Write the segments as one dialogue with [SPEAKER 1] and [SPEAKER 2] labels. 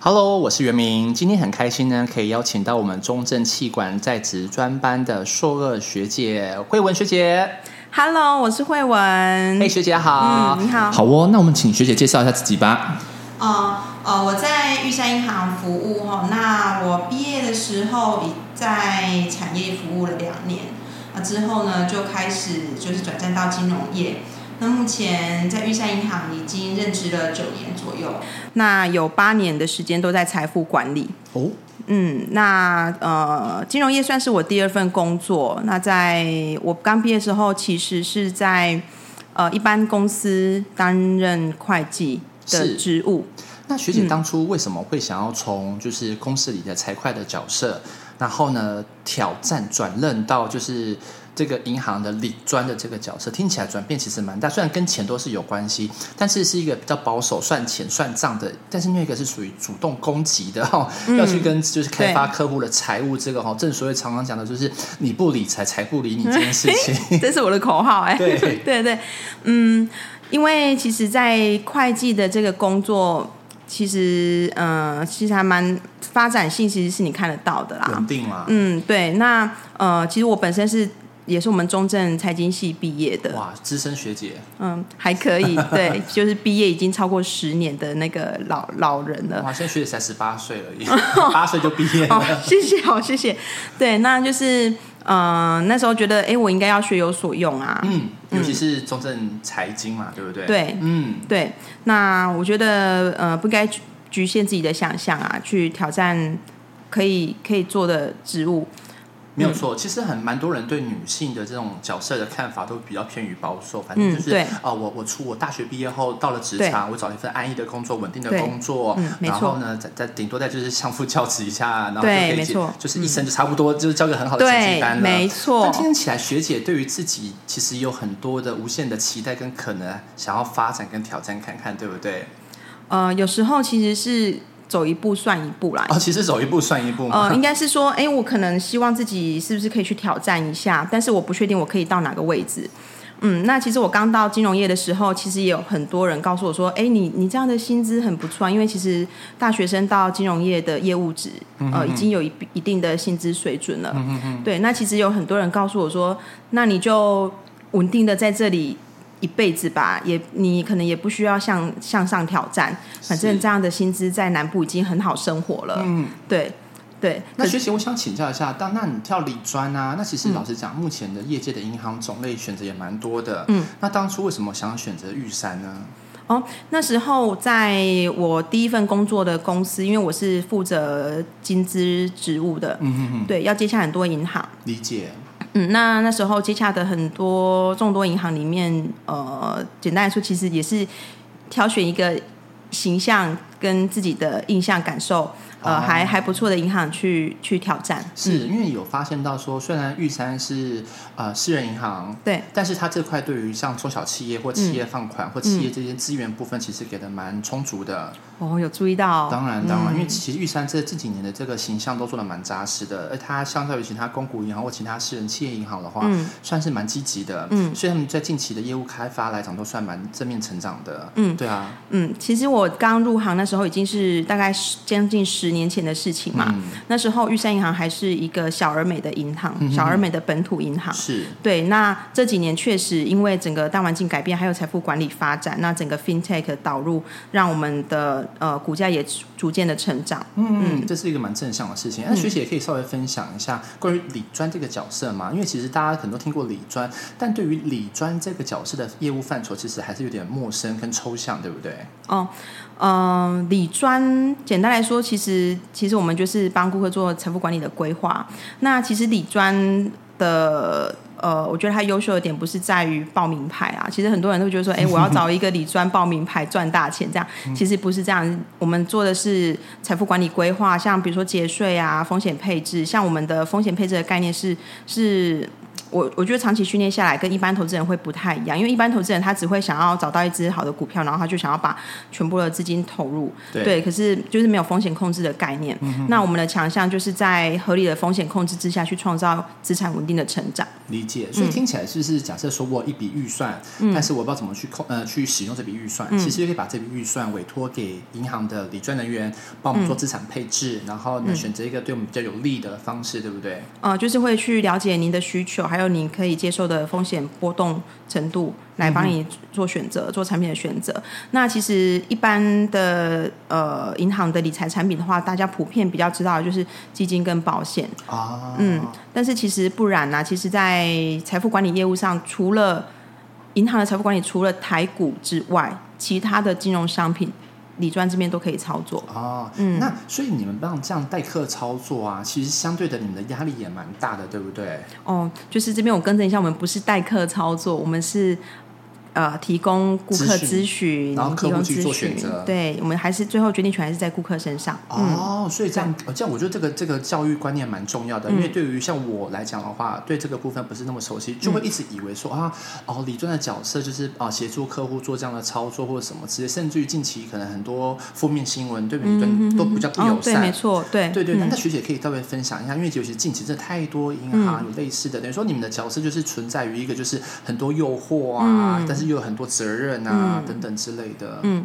[SPEAKER 1] Hello，我是袁明，今天很开心呢，可以邀请到我们中正气管在职专班的硕二学姐慧文学姐。
[SPEAKER 2] Hello，我是慧文。
[SPEAKER 1] 嘿，学姐好，
[SPEAKER 2] 嗯嗯你好
[SPEAKER 1] 好哦，那我们请学姐介绍一下自己吧。
[SPEAKER 3] 呃呃，我在玉山银行服务哈，那我毕业的时候已在产业服务了两年，啊之后呢就开始就是转战到金融业，那目前在玉山银行已经任职了九年左右。
[SPEAKER 2] 那有八年的时间都在财富管理。
[SPEAKER 1] 哦，
[SPEAKER 2] 嗯，那呃，金融业算是我第二份工作。那在我刚毕业的时候，其实是在呃一般公司担任会计
[SPEAKER 1] 是
[SPEAKER 2] 的职务。
[SPEAKER 1] 那学姐当初为什么会想要从就是公司里的财会的角色，然后呢挑战转任到就是这个银行的理专的这个角色？听起来转变其实蛮大，虽然跟钱都是有关系，但是是一个比较保守算钱算账的，但是那个是属于主动攻击的哈、要去跟就是开发客户的财务这个哈、正所谓常常讲的就是你不理财，财不理你这件事情。
[SPEAKER 2] 这是我的口号哎、
[SPEAKER 1] 对
[SPEAKER 2] 对对嗯，因为其实，在会计的这个工作，其实呃，其实还蛮发展性，其实是你看得到的啦。
[SPEAKER 1] 稳定啦，
[SPEAKER 2] 嗯，对，那呃，其实我本身是也是我们中正财经系毕业的，
[SPEAKER 1] 哇，资深学姐，
[SPEAKER 2] 嗯，还可以，对，就是毕业已经超过十年的那个老老人了。
[SPEAKER 1] 哇，现在学姐才十八岁而已，八岁就毕业
[SPEAKER 2] 好
[SPEAKER 1] 了。，
[SPEAKER 2] 谢谢，好，谢谢。对，那就是呃，那时候觉得，哎，我应该要学有所用啊。
[SPEAKER 1] 嗯，尤其是中正财经嘛，对不对？
[SPEAKER 2] 对
[SPEAKER 1] 嗯，
[SPEAKER 2] 对，那我觉得呃，不该局局限自己的想象啊，去挑战可以可以做的职务。
[SPEAKER 1] 没有错。其实很蛮多人对女性的这种角色的看法都比较偏于保守，反正
[SPEAKER 2] 嗯
[SPEAKER 1] 就是
[SPEAKER 2] 对
[SPEAKER 1] 啊、我我出我大学毕业后到了职场，我找一份安逸的工作、稳定的
[SPEAKER 2] 对
[SPEAKER 1] 工作，
[SPEAKER 2] 嗯没
[SPEAKER 1] 然
[SPEAKER 2] 错
[SPEAKER 1] 后呢，再再顶多再就是相夫教子一下，然后就
[SPEAKER 2] 对
[SPEAKER 1] 可以
[SPEAKER 2] 没
[SPEAKER 1] 解
[SPEAKER 2] 错嗯
[SPEAKER 1] 就是一生就差不多、就是交个很好的成绩
[SPEAKER 2] 对
[SPEAKER 1] 单，了。
[SPEAKER 2] 没错
[SPEAKER 1] 但。听起来，学姐对于自己其实有很多的无限的期待跟可能，想要发展跟挑战看看，对不对？
[SPEAKER 2] 呃，有时候其实是走一步算一步啦，
[SPEAKER 1] 哦，其实走一步算一步嘛。
[SPEAKER 2] 呃，应该是说，哎、我可能希望自己是不是可以去挑战一下，但是我不确定我可以到哪个位置。嗯，那其实我刚到金融业的时候，其实也有很多人告诉我说，哎、你你这样的薪资很不错啊，因为其实大学生到金融业的业务职，呃，已经有一一定的薪资水准了。嗯嗯对，那其实有很多人告诉我说，那你就稳定的在这里。一辈子吧，也你可能也不需要向向上挑战，反正
[SPEAKER 1] 是
[SPEAKER 2] 这样的薪资在南部已经很好生活了。嗯，对对。
[SPEAKER 1] 那
[SPEAKER 2] 可
[SPEAKER 1] 学姐，我想请教一下，当那你跳理专啊，那其实老实讲，目前的业界的银行种类选择也蛮多的。嗯，那当初为什么想要选择玉山呢？
[SPEAKER 2] 哦，那时候在我第一份工作的公司，因为我是负责金资职务的，
[SPEAKER 1] 嗯哼哼，
[SPEAKER 2] 对，要接洽很多银行。
[SPEAKER 1] 理解。
[SPEAKER 2] 嗯，那那时候接洽的很多众多银行里面，呃，简单来说，其实也是挑选一个形象跟自己的印象感受，呃，
[SPEAKER 1] 哦
[SPEAKER 2] 还还不错的银行去去挑战。嗯
[SPEAKER 1] 是、因为有发现到说，虽然玉山是呃私人银行，
[SPEAKER 2] 对，
[SPEAKER 1] 但是它这块对于像中小企业或企业放款、或企业这些资源部分，其实给的蛮充足的。
[SPEAKER 2] 哦，有注意到，
[SPEAKER 1] 当然，当然，因为其实玉山这这几年的这个形象都做的蛮扎实的，而它相较于其他公股银行或其他私人企业银行的话，算是蛮积极的。嗯，所以他们在近期的业务开发来讲，都算蛮正面成长的。嗯，对啊，
[SPEAKER 2] 嗯，其实我刚入行那时候已经是大概十将近十年前的事情嘛。那时候玉山银行还是一个小而美的银行，小而美的本土银行。
[SPEAKER 1] 是
[SPEAKER 2] 对，那这几年确实因为整个大环境改变，还有财富管理发展，那整个 FinTech 的导入，让我们的呃股价也逐逐渐的成长。
[SPEAKER 1] 嗯，这是一个蛮正向的事情。哎那学姐也可以稍微分享一下关于理专这个角色嘛？因为其实大家很多听过理专，但对于理专这个角色的业务范畴，其实还是有点陌生跟抽象，对不对？
[SPEAKER 2] 哦，嗯，理专简单来说，其实其实我们就是帮顾客做财富管理的规划。那其实理专的呃，我觉得它优秀的点不是在于报名牌啊，其实很多人都觉得说，哎、我要找一个理专报名牌赚大钱，这样其实不是这样。我们做的是财富管理规划，像比如说节税啊、风险配置，像我们的风险配置的概念是是我我觉得长期训练下来跟一般投资人会不太一样，因为一般投资人他只会想要找到一只好的股票，然后他就想要把全部的资金投入，
[SPEAKER 1] 对
[SPEAKER 2] 可是就是没有风险控制的概念。那我们的强项就是在合理的风险控制之下去创造资产稳定的成长。
[SPEAKER 1] 理解，所以听起来就是假设说我有一笔预算，但是我不知道怎么去控呃去使用这笔预算，其实就可以把这笔预算委托给银行的理专人员帮我们做资产配置，然后呢选择一个对我们比较有利的方式，对不对？
[SPEAKER 2] 呃，就是会去了解您的需求，还有您可以接受的风险波动程度，来帮你做选择，做产品的选择。那其实一般的呃银行的理财产品的话，大家普遍比较知道的就是基金跟保险，
[SPEAKER 1] 啊，
[SPEAKER 2] 嗯，但是其实不然呐、其实，在财富管理业务上，除了银行的财富管理，除了台股之外，其他的金融商品，理专这边都可以操作。
[SPEAKER 1] 哦，那所以你们帮这样代课操作啊，其实相对的你们的压力也蛮大的，对不对？
[SPEAKER 2] 哦，就是这边我更正一下，我们不是代课操作，我们是呃提供顾客
[SPEAKER 1] 咨询
[SPEAKER 2] 咨询，
[SPEAKER 1] 然后客
[SPEAKER 2] 提
[SPEAKER 1] 户
[SPEAKER 2] 供
[SPEAKER 1] 去
[SPEAKER 2] 咨
[SPEAKER 1] 做选
[SPEAKER 2] 询
[SPEAKER 1] 择，
[SPEAKER 2] 对我们还是最后决定权还是在顾客身上。嗯，
[SPEAKER 1] 哦，所以这样，呃这样我觉得这个这个教育观念蛮重要的，
[SPEAKER 2] 嗯
[SPEAKER 1] 因为对于像我来讲的话，对这个部分不是那么熟悉，就会
[SPEAKER 2] 嗯
[SPEAKER 1] 一直以为说啊，哦，理专的角色就是啊协助客户做这样的操作或者什么之类，甚至于近期可能很多负面新闻对理专都比较不
[SPEAKER 2] 哦
[SPEAKER 1] 友，
[SPEAKER 2] 对，没
[SPEAKER 1] 善。
[SPEAKER 2] 错，对，
[SPEAKER 1] 对对，那
[SPEAKER 2] 嗯
[SPEAKER 1] 那学姐可以稍微分享一下，因为尤其是近期真的太多银行有类似的，等于说你们的角色就是存在于一个就是很多诱惑啊，但是又有很多责任啊、等等之类的。嗯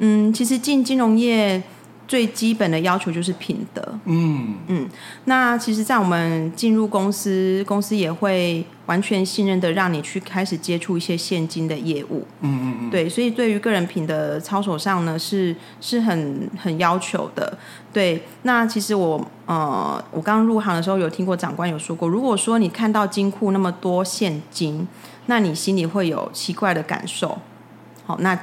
[SPEAKER 2] 嗯，其实进金融业最基本的要求就是品德。
[SPEAKER 1] 嗯
[SPEAKER 2] 嗯那其实，在我们进入公司，公司也会完全信任的让你去开始接触一些现金的业务。
[SPEAKER 1] 嗯嗯嗯，
[SPEAKER 2] 对，所以对于个人品的操守上呢，是是很很要求的。对，那其实我呃，我刚入行的时候有听过长官有说过，如果说你看到金库那么多现金，那你心里会有奇怪的感受。好，那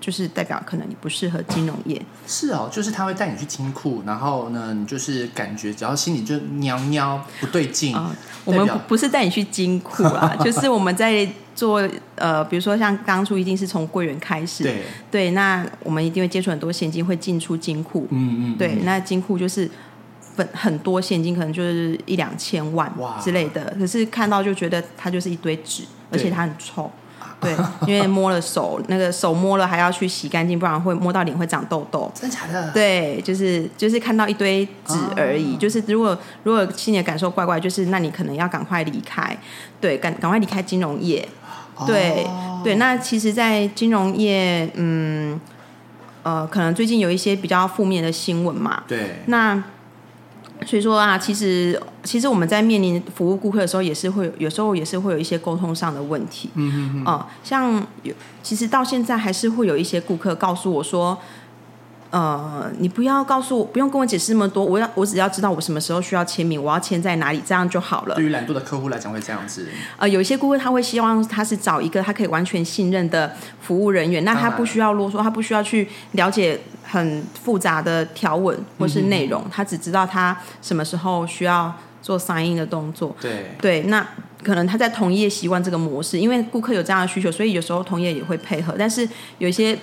[SPEAKER 2] 就是代表可能你不适合金融业。
[SPEAKER 1] 是哦，就是他会带你去金库，然后呢，你就是感觉只要心里就喵喵不对劲，
[SPEAKER 2] 啊、我们
[SPEAKER 1] 代表
[SPEAKER 2] 不不是带你去金库 啦，就是我们在做呃，比如说像当初一定是从柜员开始，
[SPEAKER 1] 对，
[SPEAKER 2] 那我们一定会接触很多现金，会进出金库，
[SPEAKER 1] 嗯嗯，
[SPEAKER 2] 对，
[SPEAKER 1] 嗯
[SPEAKER 2] 那金库就是很很多现金，可能就是一两千万
[SPEAKER 1] 哇
[SPEAKER 2] 之类的，可是看到就觉得它就是一堆纸，而且
[SPEAKER 1] 对
[SPEAKER 2] 它很 臭。对，因为摸了手，那个手摸了还要去洗干净，不然会摸到脸会长痘痘。
[SPEAKER 1] 真假的，
[SPEAKER 2] 对，就是就是看到一堆纸而已。就是如果如果心里的感受怪怪，就是那你可能要赶快离开，对，赶赶快离开金融业。
[SPEAKER 1] 哦
[SPEAKER 2] 对、对，那其实，在金融业，嗯，呃，可能最近有一些比较负面的新闻嘛，
[SPEAKER 1] 对，
[SPEAKER 2] 那所以说啊，其实其实我们在面临服务顾客的时候，也是会有时候也是会有一些沟通上的问题。嗯嗯嗯。哦、像有其实到现在还是会有一些顾客告诉我说，呃，你不要告诉我，不用跟我解释那么多，我要我只要知道我什么时候需要签名，我要签在哪里，这样就好了
[SPEAKER 1] 对。于懒惰的客户来讲会这样子，
[SPEAKER 2] 呃，有一些顾客他会希望他是找一个他可以完全信任的服务人员，那
[SPEAKER 1] 当
[SPEAKER 2] 他
[SPEAKER 1] 然
[SPEAKER 2] 不需要啰嗦，他不需要去了解很复杂的条文或
[SPEAKER 1] 嗯
[SPEAKER 2] 是内容，他只知道他什么时候需要做 sign in 的动作。
[SPEAKER 1] 对，
[SPEAKER 2] 对，那可能他在同业习惯这个模式，因为顾客有这样的需求，所以有时候同业也会配合，但是有一些。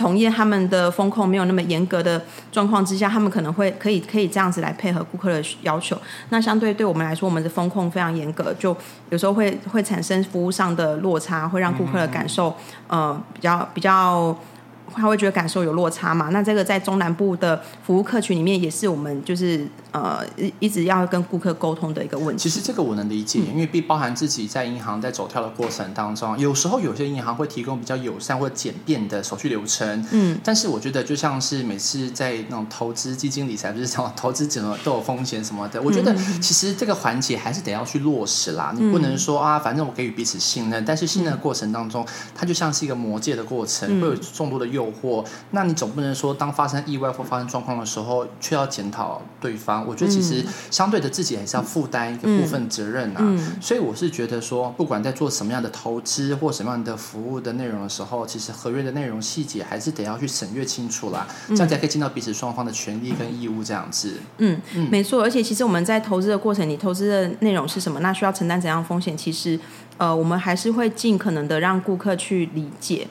[SPEAKER 2] 同业他们的风控没有那么严格的状况之下，他们可能会可以可以这样子来配合顾客的要求。那相对对我们来说，我们的风控非常严格，就有时候会会产生服务上的落差，会让顾客的感受、呃比较比较，他会觉得感受有落差嘛。那这个在中南部的服务客群里面，也是我们就是呃一一直要跟顾客沟通的一个问题。嗯
[SPEAKER 1] 其实这个我能理解，因为必包含自己在银行在走跳的过程当中，有时候有些银行会提供比较友善或简便的手续流程。嗯，但是我觉得就像是每次在那种投资基金理财，不是什么投资怎么都有风险什么的，我
[SPEAKER 2] 嗯
[SPEAKER 1] 觉得其实这个环节还是得要去落实啦。你不能
[SPEAKER 2] 嗯
[SPEAKER 1] 说啊，反正我给予彼此信任，但是信任的过程当中，它就像是一个魔界的过
[SPEAKER 2] 嗯
[SPEAKER 1] 程，会有众多的诱惑。那你总不能说当发生意外或发生状况的时候，却要检讨对方。我觉得其实
[SPEAKER 2] 嗯
[SPEAKER 1] 相对的自己还是要负担一个部分责任啊。
[SPEAKER 2] 嗯
[SPEAKER 1] 所以我是觉得说，不管在做什么样的投资或什么样的服务的内容的时候，其实合约的内容细节还是得要去审阅清楚啦，这样才可以尽到彼此双方的权利跟义务这样子。
[SPEAKER 2] 嗯，没错。而且其实我们在投资的过程，你投资的内容是什么，那需要承担怎样的风险，其实呃，我们还是会尽可能的让顾客去理解。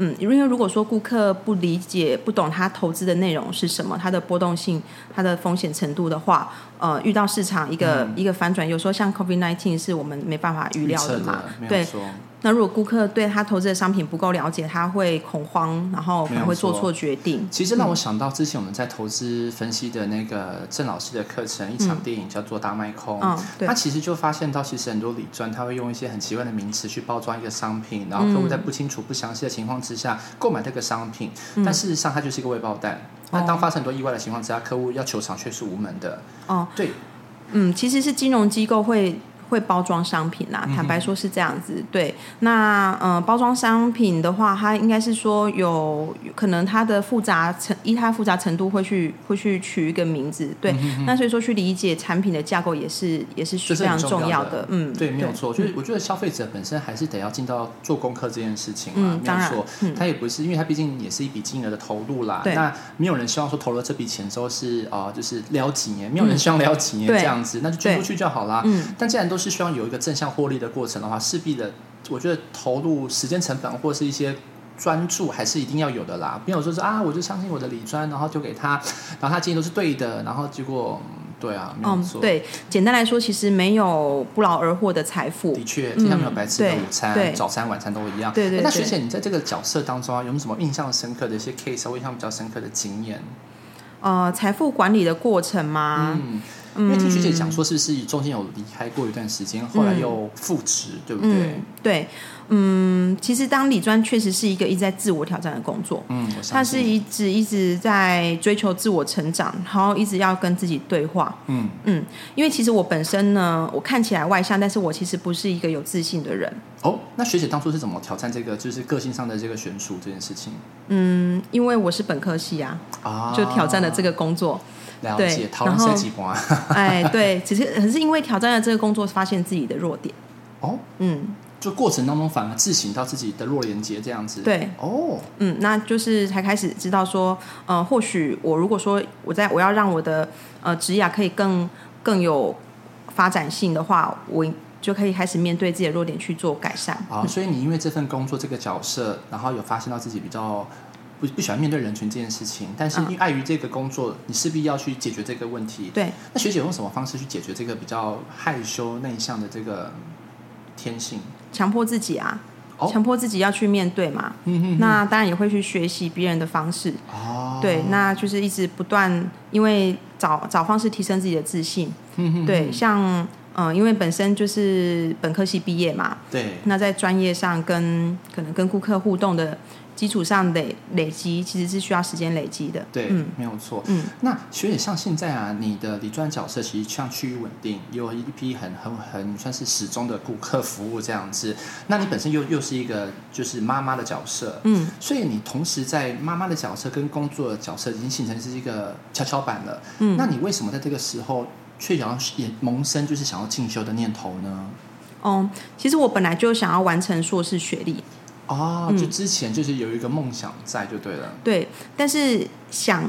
[SPEAKER 2] 嗯，因为如果说顾客不理解、不懂他投资的内容是什么，它的波动性、它的风险程度的话，呃，遇到市场一个、
[SPEAKER 1] 嗯
[SPEAKER 2] 一个反转，有时候像 COVID nineteen 是我们没办法预料
[SPEAKER 1] 测
[SPEAKER 2] 嘛，
[SPEAKER 1] 没有
[SPEAKER 2] 对，
[SPEAKER 1] 错，
[SPEAKER 2] 那如果顾客对他投资的商品不够了解，他会恐慌，然后可能会做错决定。
[SPEAKER 1] 其实让我想到之前我们在投资分析的那个郑老师的课程，一场电影叫做《大卖空》。
[SPEAKER 2] 嗯，对
[SPEAKER 1] 他，其实就发现到，其实很多理专他会用一些很奇怪的名词去包装一个商品，然后客户在不清楚、不详细的情况之下购买这个商品，
[SPEAKER 2] 嗯
[SPEAKER 1] 但事实上它就是一个未爆弹。那当发生很多意外的情况之下，客户要求偿却是无门的。
[SPEAKER 2] 哦，
[SPEAKER 1] 对，
[SPEAKER 2] 嗯，其实是金融机构会会包装商品
[SPEAKER 1] 嗯
[SPEAKER 2] 啦，坦白说是这样子。对，那呃，包装商品的话，它应该是说有有可能它的复杂程，依它复杂程度会去会去取一个名字。对，那所以说去理解产品的架构也是也是
[SPEAKER 1] 嗯这
[SPEAKER 2] 非
[SPEAKER 1] 是
[SPEAKER 2] 常
[SPEAKER 1] 很重
[SPEAKER 2] 要
[SPEAKER 1] 要的
[SPEAKER 2] 嗯，
[SPEAKER 1] 对，没有错。就是我觉得消费者本身还是得要尽到做功课这件事情嘛，
[SPEAKER 2] 嗯，
[SPEAKER 1] 没
[SPEAKER 2] 当
[SPEAKER 1] 有
[SPEAKER 2] 然
[SPEAKER 1] 错。，
[SPEAKER 2] 嗯，
[SPEAKER 1] 他也不是，因为他毕竟也是一笔金额的投入啦。
[SPEAKER 2] 对
[SPEAKER 1] 那没有人希望说投了这笔钱之后是呃，就是撩几年，没有人希望撩几年
[SPEAKER 2] 嗯对
[SPEAKER 1] 这样子，那就捐出去就好啦。
[SPEAKER 2] 嗯，
[SPEAKER 1] 但既然都是希望有一个正向获利的过程的话，势必的，我觉得投入时间成本或是一些。专注还是一定要有的啦，没有说是啊，我就相信我的理专，然后丢给他，然后他建议都是对的，然后结果，嗯对啊，没有
[SPEAKER 2] 嗯
[SPEAKER 1] 错，，
[SPEAKER 2] 对，简单来说，其实没有不劳而获的财富。
[SPEAKER 1] 的确，天上没有
[SPEAKER 2] 嗯
[SPEAKER 1] 白吃的
[SPEAKER 2] 对
[SPEAKER 1] 午餐，
[SPEAKER 2] 对
[SPEAKER 1] 早餐、晚餐都一样。
[SPEAKER 2] 对对
[SPEAKER 1] 诶那
[SPEAKER 2] 对
[SPEAKER 1] 学姐，你在这个角色当中啊，有没有什么印象深刻的一些 case 啊，或印象比较深刻的经验？
[SPEAKER 2] 呃，财富管理的过程吗？
[SPEAKER 1] 嗯，因为听学姐
[SPEAKER 2] 嗯
[SPEAKER 1] 讲说，是不是中间有离开过一段时间，后来又复职，对不对
[SPEAKER 2] 嗯？，对，嗯，其实当理专确实是一个一直在自我挑战的工作，
[SPEAKER 1] 嗯，我相
[SPEAKER 2] 他是
[SPEAKER 1] 信。
[SPEAKER 2] 一直一直在追求自我成长，然后一直要跟自己对话。
[SPEAKER 1] 嗯，
[SPEAKER 2] 嗯，因为其实我本身呢，我看起来外向，但是我其实不是一个有自信的人。
[SPEAKER 1] 哦，那学姐当初是怎么挑战这个就是个性上的这个悬殊这件事情
[SPEAKER 2] 嗯，因为我是本科系啊，
[SPEAKER 1] 啊？
[SPEAKER 2] 就挑战了这个工作。
[SPEAKER 1] 了
[SPEAKER 2] 对
[SPEAKER 1] 解，讨
[SPEAKER 2] 然
[SPEAKER 1] 论设
[SPEAKER 2] 后
[SPEAKER 1] 计博啊。
[SPEAKER 2] 哎，对，只是可是因为挑战了这个工作，发现自己的弱点。
[SPEAKER 1] 哦，
[SPEAKER 2] 嗯，
[SPEAKER 1] 就过程当中反而自省到自己的弱连接这样子。，
[SPEAKER 2] 对，
[SPEAKER 1] 哦，
[SPEAKER 2] 嗯，那就是才开始知道说，呃，或许我如果说我在我要让我的呃职业可以更更有发展性的话，我就可以开始面对自己的弱点去做改善。
[SPEAKER 1] 好，啊所以你因为这份工作这个角色，然后有发现到自己比较不不喜欢面对人群这件事情，但是
[SPEAKER 2] 嗯
[SPEAKER 1] 因碍于这个工作，你势必要去解决这个问题。
[SPEAKER 2] 对，
[SPEAKER 1] 那学姐用什么方式去解决这个比较害羞内向的这个天性？
[SPEAKER 2] 强迫自己啊，
[SPEAKER 1] 哦
[SPEAKER 2] 强迫自己要去面对嘛。
[SPEAKER 1] 嗯
[SPEAKER 2] 那当然也会去学习别人的方式，
[SPEAKER 1] 哦，
[SPEAKER 2] 对，那就是一直不断，因为找找方式提升自己的自信。
[SPEAKER 1] 嗯哼
[SPEAKER 2] 对，像呃，因为本身就是本科系毕业嘛，
[SPEAKER 1] 对，
[SPEAKER 2] 那在专业上跟可能跟顾客互动的基础上累累积，其实是需要时间累积的。
[SPEAKER 1] 对，
[SPEAKER 2] 嗯
[SPEAKER 1] 没有错。
[SPEAKER 2] 嗯，
[SPEAKER 1] 那学姐像现在啊，你的理专角色其实像趋于稳定，也有一批很很很算是始终的顾客服务这样子。那你本身又又是一个就是妈妈的角色，
[SPEAKER 2] 嗯，
[SPEAKER 1] 所以你同时在妈妈的角色跟工作的角色已经形成是一个跷跷板了。
[SPEAKER 2] 嗯
[SPEAKER 1] 那你为什么在这个时候却想要也萌生就是想要进修的念头呢？
[SPEAKER 2] 哦，其实我本来就想要完成硕士学历，
[SPEAKER 1] 哦，
[SPEAKER 2] 嗯
[SPEAKER 1] 就之前就是有一个梦想在就对了，
[SPEAKER 2] 对，但是想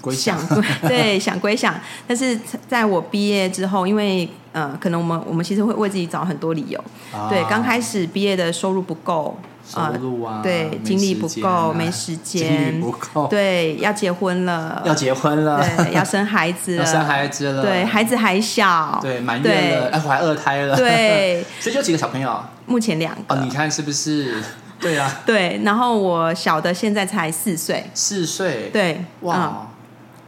[SPEAKER 1] 归想
[SPEAKER 2] 想归 对想归想，但是在我毕业之后，因为呃，可能我们我们其实会为自己找很多理由。
[SPEAKER 1] 啊
[SPEAKER 2] 对，刚开始毕业的收入不够，
[SPEAKER 1] 收
[SPEAKER 2] 呃，
[SPEAKER 1] 入啊，
[SPEAKER 2] 对，
[SPEAKER 1] 没
[SPEAKER 2] 精力
[SPEAKER 1] 时
[SPEAKER 2] 不
[SPEAKER 1] 间
[SPEAKER 2] 够，
[SPEAKER 1] 啊
[SPEAKER 2] 没时
[SPEAKER 1] 精力
[SPEAKER 2] 间
[SPEAKER 1] 不，够，
[SPEAKER 2] 对，要结婚了，
[SPEAKER 1] 要结婚了，
[SPEAKER 2] 对，要生孩 子
[SPEAKER 1] 要
[SPEAKER 2] 了，
[SPEAKER 1] 生孩子了，
[SPEAKER 2] 对，孩子还小，
[SPEAKER 1] 对满月了，哎，怀二胎了，
[SPEAKER 2] 对，，对
[SPEAKER 1] 所以就几个小朋友
[SPEAKER 2] 目前两个，
[SPEAKER 1] 哦，你看是不是？对啊，
[SPEAKER 2] 对，然后我小的现在才四岁，
[SPEAKER 1] 四岁，，
[SPEAKER 2] 对，嗯
[SPEAKER 1] 哇，哦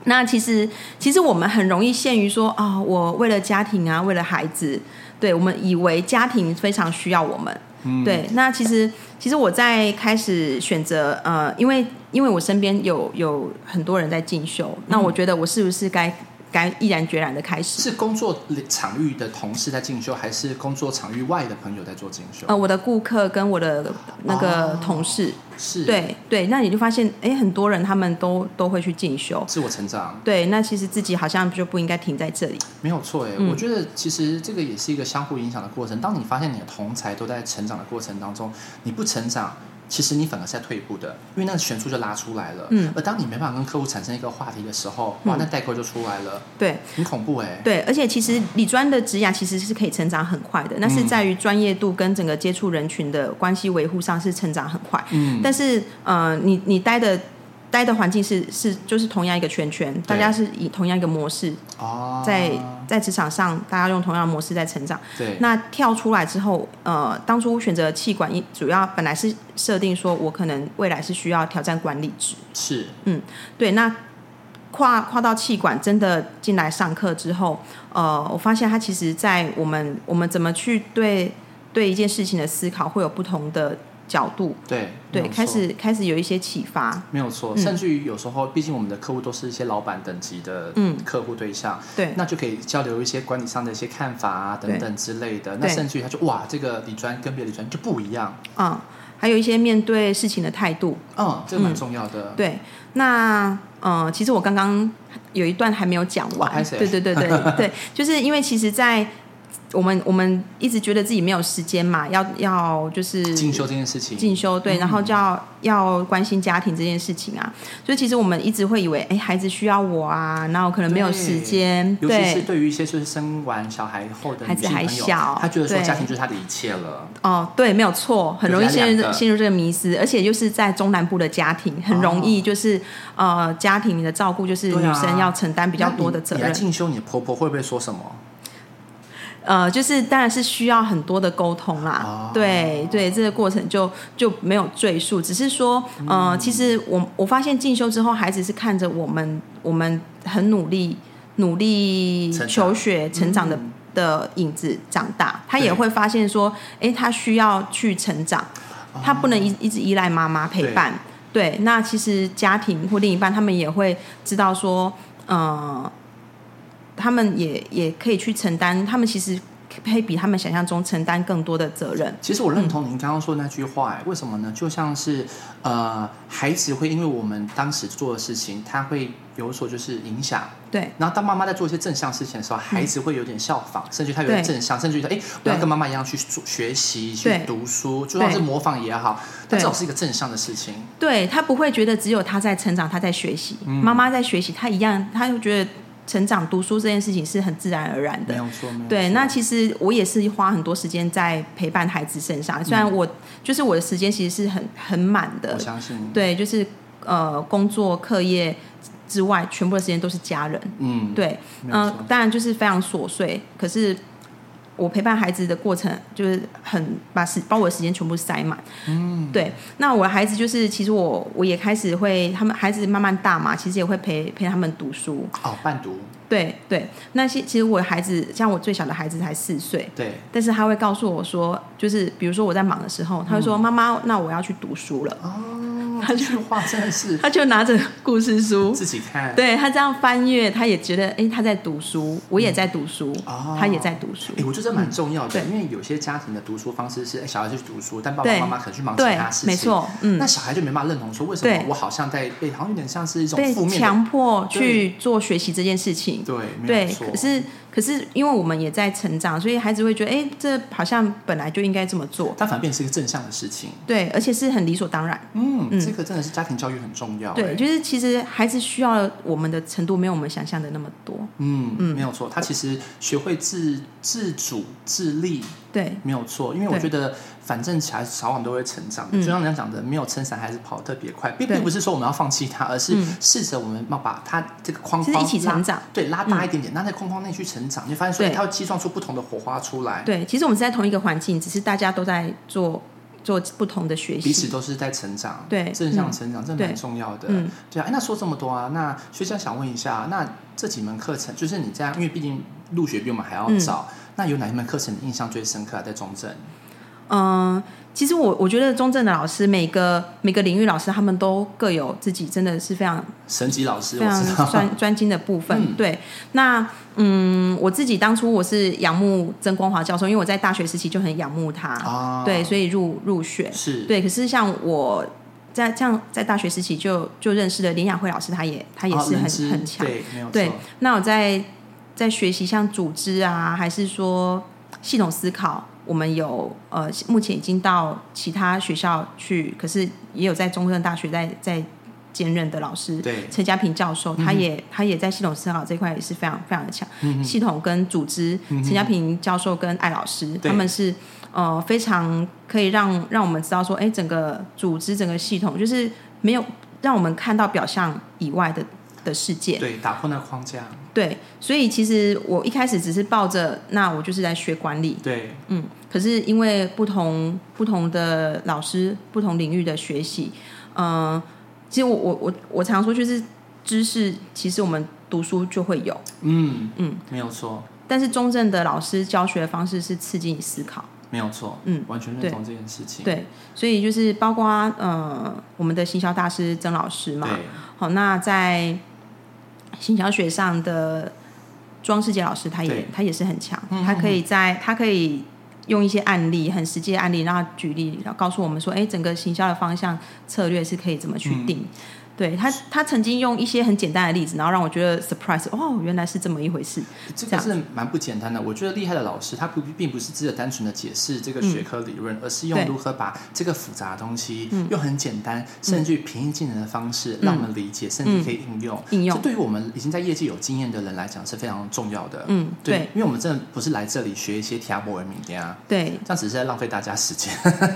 [SPEAKER 2] 那其实，其实我们很容易陷于说啊、我为了家庭啊，为了孩子，对我们以为家庭非常需要我们。
[SPEAKER 1] 嗯
[SPEAKER 2] 对，那其实，其实我在开始选择呃，因为因为我身边有有很多人在进修，那
[SPEAKER 1] 嗯
[SPEAKER 2] 我觉得我是不是该该毅然决然的开始？
[SPEAKER 1] 是工作场域的同事在进修，还是工作场域外的朋友在做进修？
[SPEAKER 2] 呃，我的顾客跟我的那个
[SPEAKER 1] 哦
[SPEAKER 2] 同事，
[SPEAKER 1] 是，，
[SPEAKER 2] 对对，那你就发现，哎，很多人他们都都会去进修，
[SPEAKER 1] 自我成长
[SPEAKER 2] 对，那其实自己好像就不应该停在这里，
[SPEAKER 1] 没有错哎，
[SPEAKER 2] 嗯
[SPEAKER 1] 我觉得其实这个也是一个相互影响的过程。当你发现你的同才都在成长的过程当中，你不成长，其实你反而是在退步的，因为那个悬殊就拉出来了。
[SPEAKER 2] 嗯
[SPEAKER 1] 而当你没办法跟客户产生一个话题的时候，哇，
[SPEAKER 2] 嗯
[SPEAKER 1] 那代沟就出来了，
[SPEAKER 2] 对
[SPEAKER 1] 很恐怖哎、
[SPEAKER 2] 对，而且其实理专的职涯其实是可以成长很快的，那是在于专业度跟整个接触人群的关系维护上是成长很快。
[SPEAKER 1] 嗯，
[SPEAKER 2] 但是呃，你你待的待的环境是是就是同样一个圈圈，大家是以同样一个模式
[SPEAKER 1] 哦，
[SPEAKER 2] 在在职场上，大家用同样的模式在成长。
[SPEAKER 1] 对，
[SPEAKER 2] 那跳出来之后，呃，当初选择气管，一主要本来是设定说我可能未来是需要挑战管理职，
[SPEAKER 1] 是
[SPEAKER 2] 对，那跨跨到气管真的进来上课之后，呃，我发现它其实，在我们我们怎么去对对一件事情的思考，会有不同的角度，
[SPEAKER 1] 对没
[SPEAKER 2] 对，
[SPEAKER 1] 有
[SPEAKER 2] 开
[SPEAKER 1] 错
[SPEAKER 2] 始开始有一些启发，
[SPEAKER 1] 没有错，
[SPEAKER 2] 嗯
[SPEAKER 1] 甚至于有时候，毕竟我们的客户都是一些老板等级的
[SPEAKER 2] 嗯
[SPEAKER 1] 客户对象，
[SPEAKER 2] 对
[SPEAKER 1] 那就可以交流一些管理上的一些看法啊等等之类的。那
[SPEAKER 2] 对
[SPEAKER 1] 甚至于他就哇，这个理专跟别的理专就不一样，
[SPEAKER 2] 嗯，还有一些面对事情的态度，
[SPEAKER 1] 嗯，这个蛮
[SPEAKER 2] 嗯
[SPEAKER 1] 重要的。
[SPEAKER 2] 对，那呃，其实我刚刚有一段还没有讲
[SPEAKER 1] 哦
[SPEAKER 2] 完，
[SPEAKER 1] 拍谁
[SPEAKER 2] 对对对 对对，就是因为其实，在我们我们一直觉得自己没有时间嘛，要要就是
[SPEAKER 1] 进修这件事情，
[SPEAKER 2] 进修对，然后
[SPEAKER 1] 嗯
[SPEAKER 2] 就要要关心家庭这件事情啊，所以其实我们一直会以为，哎，孩子需要我啊，那我可能没有时间，
[SPEAKER 1] 尤其是
[SPEAKER 2] 对，
[SPEAKER 1] 对于一些就是生完小孩后的
[SPEAKER 2] 孩
[SPEAKER 1] 女
[SPEAKER 2] 子
[SPEAKER 1] 性
[SPEAKER 2] 还
[SPEAKER 1] 朋友，
[SPEAKER 2] 小
[SPEAKER 1] 她觉得说
[SPEAKER 2] 对
[SPEAKER 1] 家庭就是她的一切了，
[SPEAKER 2] 哦，对，没有错，很容易
[SPEAKER 1] 就是
[SPEAKER 2] 陷
[SPEAKER 1] 两
[SPEAKER 2] 入
[SPEAKER 1] 个
[SPEAKER 2] 这陷入这个迷思，而且就是在中南部的家庭，很容易就是、呃，家庭的照顾就是
[SPEAKER 1] 哦对
[SPEAKER 2] 女
[SPEAKER 1] 啊
[SPEAKER 2] 生要承担比较多的责
[SPEAKER 1] 那你你来
[SPEAKER 2] 任，
[SPEAKER 1] 进修，你婆婆会不会说什么？
[SPEAKER 2] 呃，就是当然是需要很多的沟通啦，
[SPEAKER 1] 哦
[SPEAKER 2] 对对，这个过程就就没有赘述，只是说，呃，其实我我发现进修之后，孩子是看着我们，我们很努力努力
[SPEAKER 1] 成长
[SPEAKER 2] 求学成长的、的影子长大，他也
[SPEAKER 1] 对
[SPEAKER 2] 会发现说，哎，他需要去成长，他不能一一直依赖妈妈陪伴。对，那其实家庭或另一半，他们也会知道说，呃，他们也也可以去承担，他们其实可以比他们想象中承担更多的责任。
[SPEAKER 1] 其实我认同您刚刚说的那句话、哎为什么呢？就像是呃，孩子会因为我们当时做的事情，他会有所就是影响。
[SPEAKER 2] 对
[SPEAKER 1] 然后当妈妈在做一些正向事情的时候，孩子会有点效仿，甚至他有点
[SPEAKER 2] 对
[SPEAKER 1] 正向，甚至觉得哎，我要
[SPEAKER 2] 对
[SPEAKER 1] 跟妈妈一样去做学习、去
[SPEAKER 2] 对
[SPEAKER 1] 读书，就算是模仿也好，但
[SPEAKER 2] 对
[SPEAKER 1] 至少是一个正向的事情。
[SPEAKER 2] 对，他不会觉得只有他在成长，他在学习，
[SPEAKER 1] 嗯
[SPEAKER 2] 妈妈在学习，他一样，他就觉得成长读书这件事情是很自然而然
[SPEAKER 1] 没
[SPEAKER 2] 的。
[SPEAKER 1] 有错，没有
[SPEAKER 2] 对，
[SPEAKER 1] 错
[SPEAKER 2] 那其实我也是花很多时间在陪伴孩子身上，
[SPEAKER 1] 嗯
[SPEAKER 2] 虽然我、就是我的时间其实是很很满的
[SPEAKER 1] 我，相信，
[SPEAKER 2] 对，就是呃工作课业之外，全部的时间都是家人。
[SPEAKER 1] 嗯，，
[SPEAKER 2] 对，
[SPEAKER 1] 没有
[SPEAKER 2] 嗯、
[SPEAKER 1] 错
[SPEAKER 2] 当然就是非常琐碎，可是我陪伴孩子的过程就是很把时把我的时间全部塞满。嗯，对。那我的孩子就是，其实我我也开始会，他们孩子慢慢大嘛，其实也会陪陪他们读书。
[SPEAKER 1] 哦，伴读，
[SPEAKER 2] 对对，那些其实我的孩子，像我最小的孩子才四岁。
[SPEAKER 1] 对，
[SPEAKER 2] 但是他会告诉我说，就是比如说我在忙的时候，他会
[SPEAKER 1] 嗯
[SPEAKER 2] 说：“妈妈，那我要去读书了。
[SPEAKER 1] 哦，这句话真的是”
[SPEAKER 2] 他就拿着故事书，
[SPEAKER 1] 自己看，
[SPEAKER 2] 对他这样翻阅，他也觉得，哎、他在读书，我也在读书，
[SPEAKER 1] 哦
[SPEAKER 2] 他也在读书
[SPEAKER 1] 哎、，我觉得这蛮重要的，
[SPEAKER 2] 嗯
[SPEAKER 1] 因为有些家庭的读书方式是、哎小孩去读书，但爸爸
[SPEAKER 2] 对
[SPEAKER 1] 妈妈可能去忙其
[SPEAKER 2] 对
[SPEAKER 1] 他事，情，
[SPEAKER 2] 没。错，嗯
[SPEAKER 1] 那，小孩就没办法认同说，为什么
[SPEAKER 2] 对
[SPEAKER 1] 我好像在哎被，好像有点像是一种
[SPEAKER 2] 被
[SPEAKER 1] 负面的，
[SPEAKER 2] 强迫去做学习这件事情，
[SPEAKER 1] 对，没有
[SPEAKER 2] 对，
[SPEAKER 1] 错
[SPEAKER 2] 可是可是因为我们也在成长，所以孩子会觉得，哎、这好像本来就应该这么做，
[SPEAKER 1] 它反而变成是一个正向的事情。
[SPEAKER 2] 对，而且是很理所当然，
[SPEAKER 1] 嗯，
[SPEAKER 2] 嗯
[SPEAKER 1] 这个真的是家庭教育很重要、
[SPEAKER 2] 对，
[SPEAKER 1] 哎
[SPEAKER 2] 就是其实孩子需要我们的程度没有我们想象的那么多，
[SPEAKER 1] 嗯，
[SPEAKER 2] 嗯
[SPEAKER 1] 没有错，他其实学会自自主自立，
[SPEAKER 2] 对，
[SPEAKER 1] 没有错，因为我
[SPEAKER 2] 对
[SPEAKER 1] 觉得反正小孩早晚都会成长的，
[SPEAKER 2] 嗯
[SPEAKER 1] 就像人家讲的，没有撑伞还是跑得特别快，并
[SPEAKER 2] 对
[SPEAKER 1] 并不是说我们要放弃它，而是
[SPEAKER 2] 嗯
[SPEAKER 1] 试着我们要把它这个框
[SPEAKER 2] 其
[SPEAKER 1] 框
[SPEAKER 2] 实一起
[SPEAKER 1] 拉
[SPEAKER 2] 成长。嗯
[SPEAKER 1] 对，拉大一点点，那在框框内去成长，你就发现说哎
[SPEAKER 2] 对
[SPEAKER 1] 它会激撞出不同的火花出来，
[SPEAKER 2] 对，其实我们是在同一个环境，只是大家都在做做不同的学
[SPEAKER 1] 彼此
[SPEAKER 2] 习。
[SPEAKER 1] 都是在成长，
[SPEAKER 2] 对嗯
[SPEAKER 1] 正向成长，这
[SPEAKER 2] 对
[SPEAKER 1] 蛮重要的。
[SPEAKER 2] 嗯
[SPEAKER 1] 对啊，哎那说这么多啊，那学长想问一下，啊那这几门课程，就是你这样，因为毕竟入学比我们还要
[SPEAKER 2] 嗯
[SPEAKER 1] 早，那有哪一门课程你印象最深刻啊？在中正，
[SPEAKER 2] 嗯，其实我我觉得中正的老师，每个每个领域老师，他们都各有自己真的是非常
[SPEAKER 1] 神级老师，
[SPEAKER 2] 非
[SPEAKER 1] 我
[SPEAKER 2] 常
[SPEAKER 1] 知道，
[SPEAKER 2] 专专精的部分。
[SPEAKER 1] 嗯
[SPEAKER 2] 对，那嗯，我自己当初我是仰慕曾光华教授，因为我在大学时期就很仰慕他，
[SPEAKER 1] 啊
[SPEAKER 2] 对，所以入入选。
[SPEAKER 1] 是，
[SPEAKER 2] 对，可是像我在这样在大学时期就就认识了林雅慧老师，她也她也
[SPEAKER 1] 啊
[SPEAKER 2] 是
[SPEAKER 1] 人
[SPEAKER 2] 很、
[SPEAKER 1] 资
[SPEAKER 2] 很强。
[SPEAKER 1] 对，没有
[SPEAKER 2] 对
[SPEAKER 1] 错，
[SPEAKER 2] 那我在在学习像组织啊，还是说系统思考，我们有呃，目前已经到其他学校去，可是也有在中正大学在在兼任的老师，
[SPEAKER 1] 对嗯
[SPEAKER 2] 陈家平教授，他也、他也在系统思考这一块也是非常非常的强，系统跟组织，陈家平教授跟艾老师，
[SPEAKER 1] 嗯对
[SPEAKER 2] 他们是呃非常可以让让我们知道说，哎，整个组织整个系统就是没有让我们看到表象以外的的世界，
[SPEAKER 1] 对，打破那个框架，
[SPEAKER 2] 对，所以其实我一开始只是抱着，那我就是来学管理，
[SPEAKER 1] 对，
[SPEAKER 2] 嗯，可是因为不同不同的老师、不同领域的学习，嗯、其实我我我我常说就是知识，其实我们读书就会有，
[SPEAKER 1] 嗯
[SPEAKER 2] 嗯，
[SPEAKER 1] 没有错，
[SPEAKER 2] 但是中正的老师教学的方式是刺激你思考，
[SPEAKER 1] 没有错，
[SPEAKER 2] 嗯，
[SPEAKER 1] 完全认
[SPEAKER 2] 对
[SPEAKER 1] 同这件事情，
[SPEAKER 2] 对，所以就是包括呃我们的行销大师曾老师嘛，
[SPEAKER 1] 对
[SPEAKER 2] 好，那在行销学上的庄世杰老师，他也
[SPEAKER 1] 对
[SPEAKER 2] 他也是很强
[SPEAKER 1] 嗯，
[SPEAKER 2] 他可以在他可以用一些案例，很实际的案例，让他举例，然后告诉我们说，哎，整个行销的方向策略是可以怎么去定。
[SPEAKER 1] 嗯
[SPEAKER 2] 对他，他曾经用一些很简单的例子，然后让我觉得 surprise，哦，原来是这么一回事。
[SPEAKER 1] 这
[SPEAKER 2] 这
[SPEAKER 1] 个
[SPEAKER 2] 样
[SPEAKER 1] 是蛮不简单的。我觉得厉害的老师，他不并不是只有单纯的解释这个学科理论，而是用
[SPEAKER 2] 嗯对嗯
[SPEAKER 1] 如何把这个复杂的东西、用很简单，甚至平易近人的方式，让我们理解，甚至可以应用。
[SPEAKER 2] 嗯应用
[SPEAKER 1] 这对于我们已经在业界有经验的人来讲是非常重要的。
[SPEAKER 2] 嗯对
[SPEAKER 1] 因为我们真的不是来这里学一些 T R 文明的啊，
[SPEAKER 2] 对，
[SPEAKER 1] 这样只是在浪费大家时间。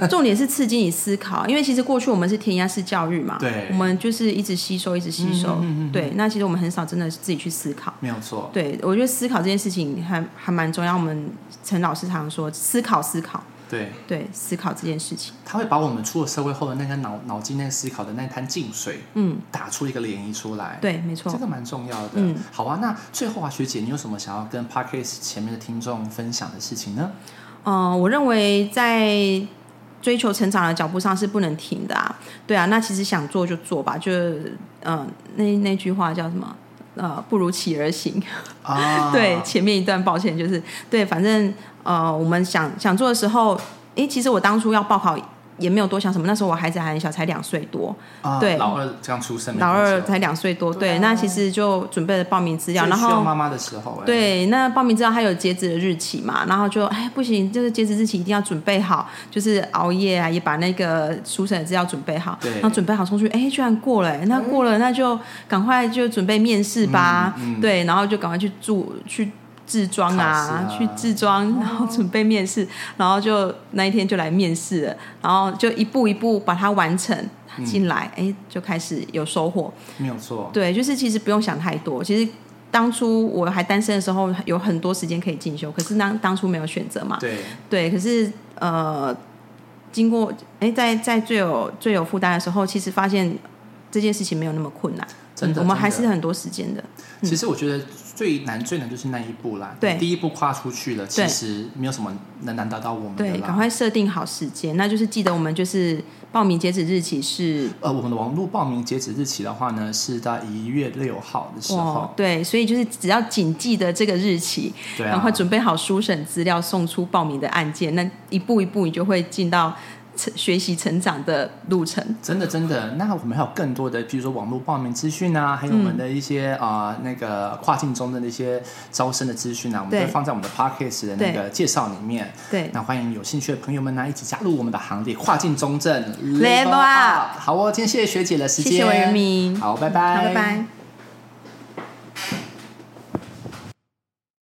[SPEAKER 2] 重点是刺激你思考，因为其实过去我们是填鸭式教育嘛，
[SPEAKER 1] 对
[SPEAKER 2] 我们就是一直吸收，一直吸收，
[SPEAKER 1] 嗯
[SPEAKER 2] 对。那其实我们很少真的自己去思考。
[SPEAKER 1] 没有错，
[SPEAKER 2] 对，我觉得思考这件事情还还蛮重要。我们陈老师常说，思考思考，
[SPEAKER 1] 对，
[SPEAKER 2] 对，思考这件事情。
[SPEAKER 1] 他会把我们出了社会后的那个脑脑筋内思考的那滩净水，
[SPEAKER 2] 嗯，
[SPEAKER 1] 打出一个涟漪出来。
[SPEAKER 2] 对，没
[SPEAKER 1] 这
[SPEAKER 2] 错。
[SPEAKER 1] 个蛮重要的。
[SPEAKER 2] 哦嗯
[SPEAKER 1] 好啊，那最后啊，学姐，你有什么想要跟 Parkes 前面的听众分享的事情呢？
[SPEAKER 2] 嗯、我认为在追求成长的脚步上是不能停的啊。对啊，那其实想做就做吧，就嗯、呃那那句话叫什么？呃，不如起而行。
[SPEAKER 1] 啊，
[SPEAKER 2] 对，前面一段抱歉，就是对，反正呃，我们想想做的时候，诶，其实我当初要报考也没有多想什么，那时候我孩子还很小，才两岁多。
[SPEAKER 1] 啊
[SPEAKER 2] 对
[SPEAKER 1] 老二刚出生没多久，
[SPEAKER 2] 老二才两岁多，
[SPEAKER 1] 对啊
[SPEAKER 2] 对，那其实就准备了报名资料，
[SPEAKER 1] 最
[SPEAKER 2] 然
[SPEAKER 1] 需要
[SPEAKER 2] 后
[SPEAKER 1] 妈妈的时候、哎，
[SPEAKER 2] 对，那报名资料它有截止的日期嘛，然后就哎不行，这个截止日期一定要准备好，就是熬夜啊，也把那个书审的资料准备好，
[SPEAKER 1] 对
[SPEAKER 2] 然后准备好送去，哎，居然过了、哎那过了那就赶快就准备面试吧，
[SPEAKER 1] 嗯嗯
[SPEAKER 2] 对，然后就赶快去住去。制装啊，
[SPEAKER 1] 考试啊
[SPEAKER 2] 去制装，然
[SPEAKER 1] 哦
[SPEAKER 2] 后准备面试，然后就那一天就来面试了，然后就一步一步把它完成
[SPEAKER 1] 嗯
[SPEAKER 2] 进来，哎、就开始有收获。
[SPEAKER 1] 没有错，
[SPEAKER 2] 对，就是其实不用想太多。其实当初我还单身的时候，有很多时间可以进修，可是当当初没有选择嘛。
[SPEAKER 1] 对，
[SPEAKER 2] 对，可是呃，经过哎，在在最有最有负担的时候，其实发现这件事情没有那么困难。嗯
[SPEAKER 1] 真的
[SPEAKER 2] 我们还
[SPEAKER 1] 真
[SPEAKER 2] 是
[SPEAKER 1] 的
[SPEAKER 2] 很多时间的。
[SPEAKER 1] 其实我觉得最难最难就是那一步啦，
[SPEAKER 2] 对
[SPEAKER 1] 第一步跨出去了，其
[SPEAKER 2] 对
[SPEAKER 1] 实没有什么能难达到我们的
[SPEAKER 2] 对，
[SPEAKER 1] 啦
[SPEAKER 2] 赶快设定好时间，那就是记得我们就是报名截止日期是。
[SPEAKER 1] 呃，我们的网络报名截止日期的话呢，是在一月六号的时
[SPEAKER 2] 哦
[SPEAKER 1] 候，，
[SPEAKER 2] 对，所以就是只要谨记得这个日期，
[SPEAKER 1] 对啊，
[SPEAKER 2] 赶快准备好书审资料，送出报名的案件，那一步一步你就会进到成学习成长的路程。
[SPEAKER 1] 真的真的，那我们还有更多的，比如说网络报名资讯啊，还有我们的一些啊、呃那个跨境中的那些招生的资讯啊，我们都
[SPEAKER 2] 对
[SPEAKER 1] 会放在我们的 podcast 的那个介绍里面。
[SPEAKER 2] 对，
[SPEAKER 1] 那欢迎有兴趣的朋友们呢，一起加入我们的行列，跨境中正
[SPEAKER 2] Level up
[SPEAKER 1] 好哦，今天谢谢学姐的时间，
[SPEAKER 2] 谢谢文明
[SPEAKER 1] 好，拜
[SPEAKER 2] 好，
[SPEAKER 1] 拜，
[SPEAKER 2] 拜拜。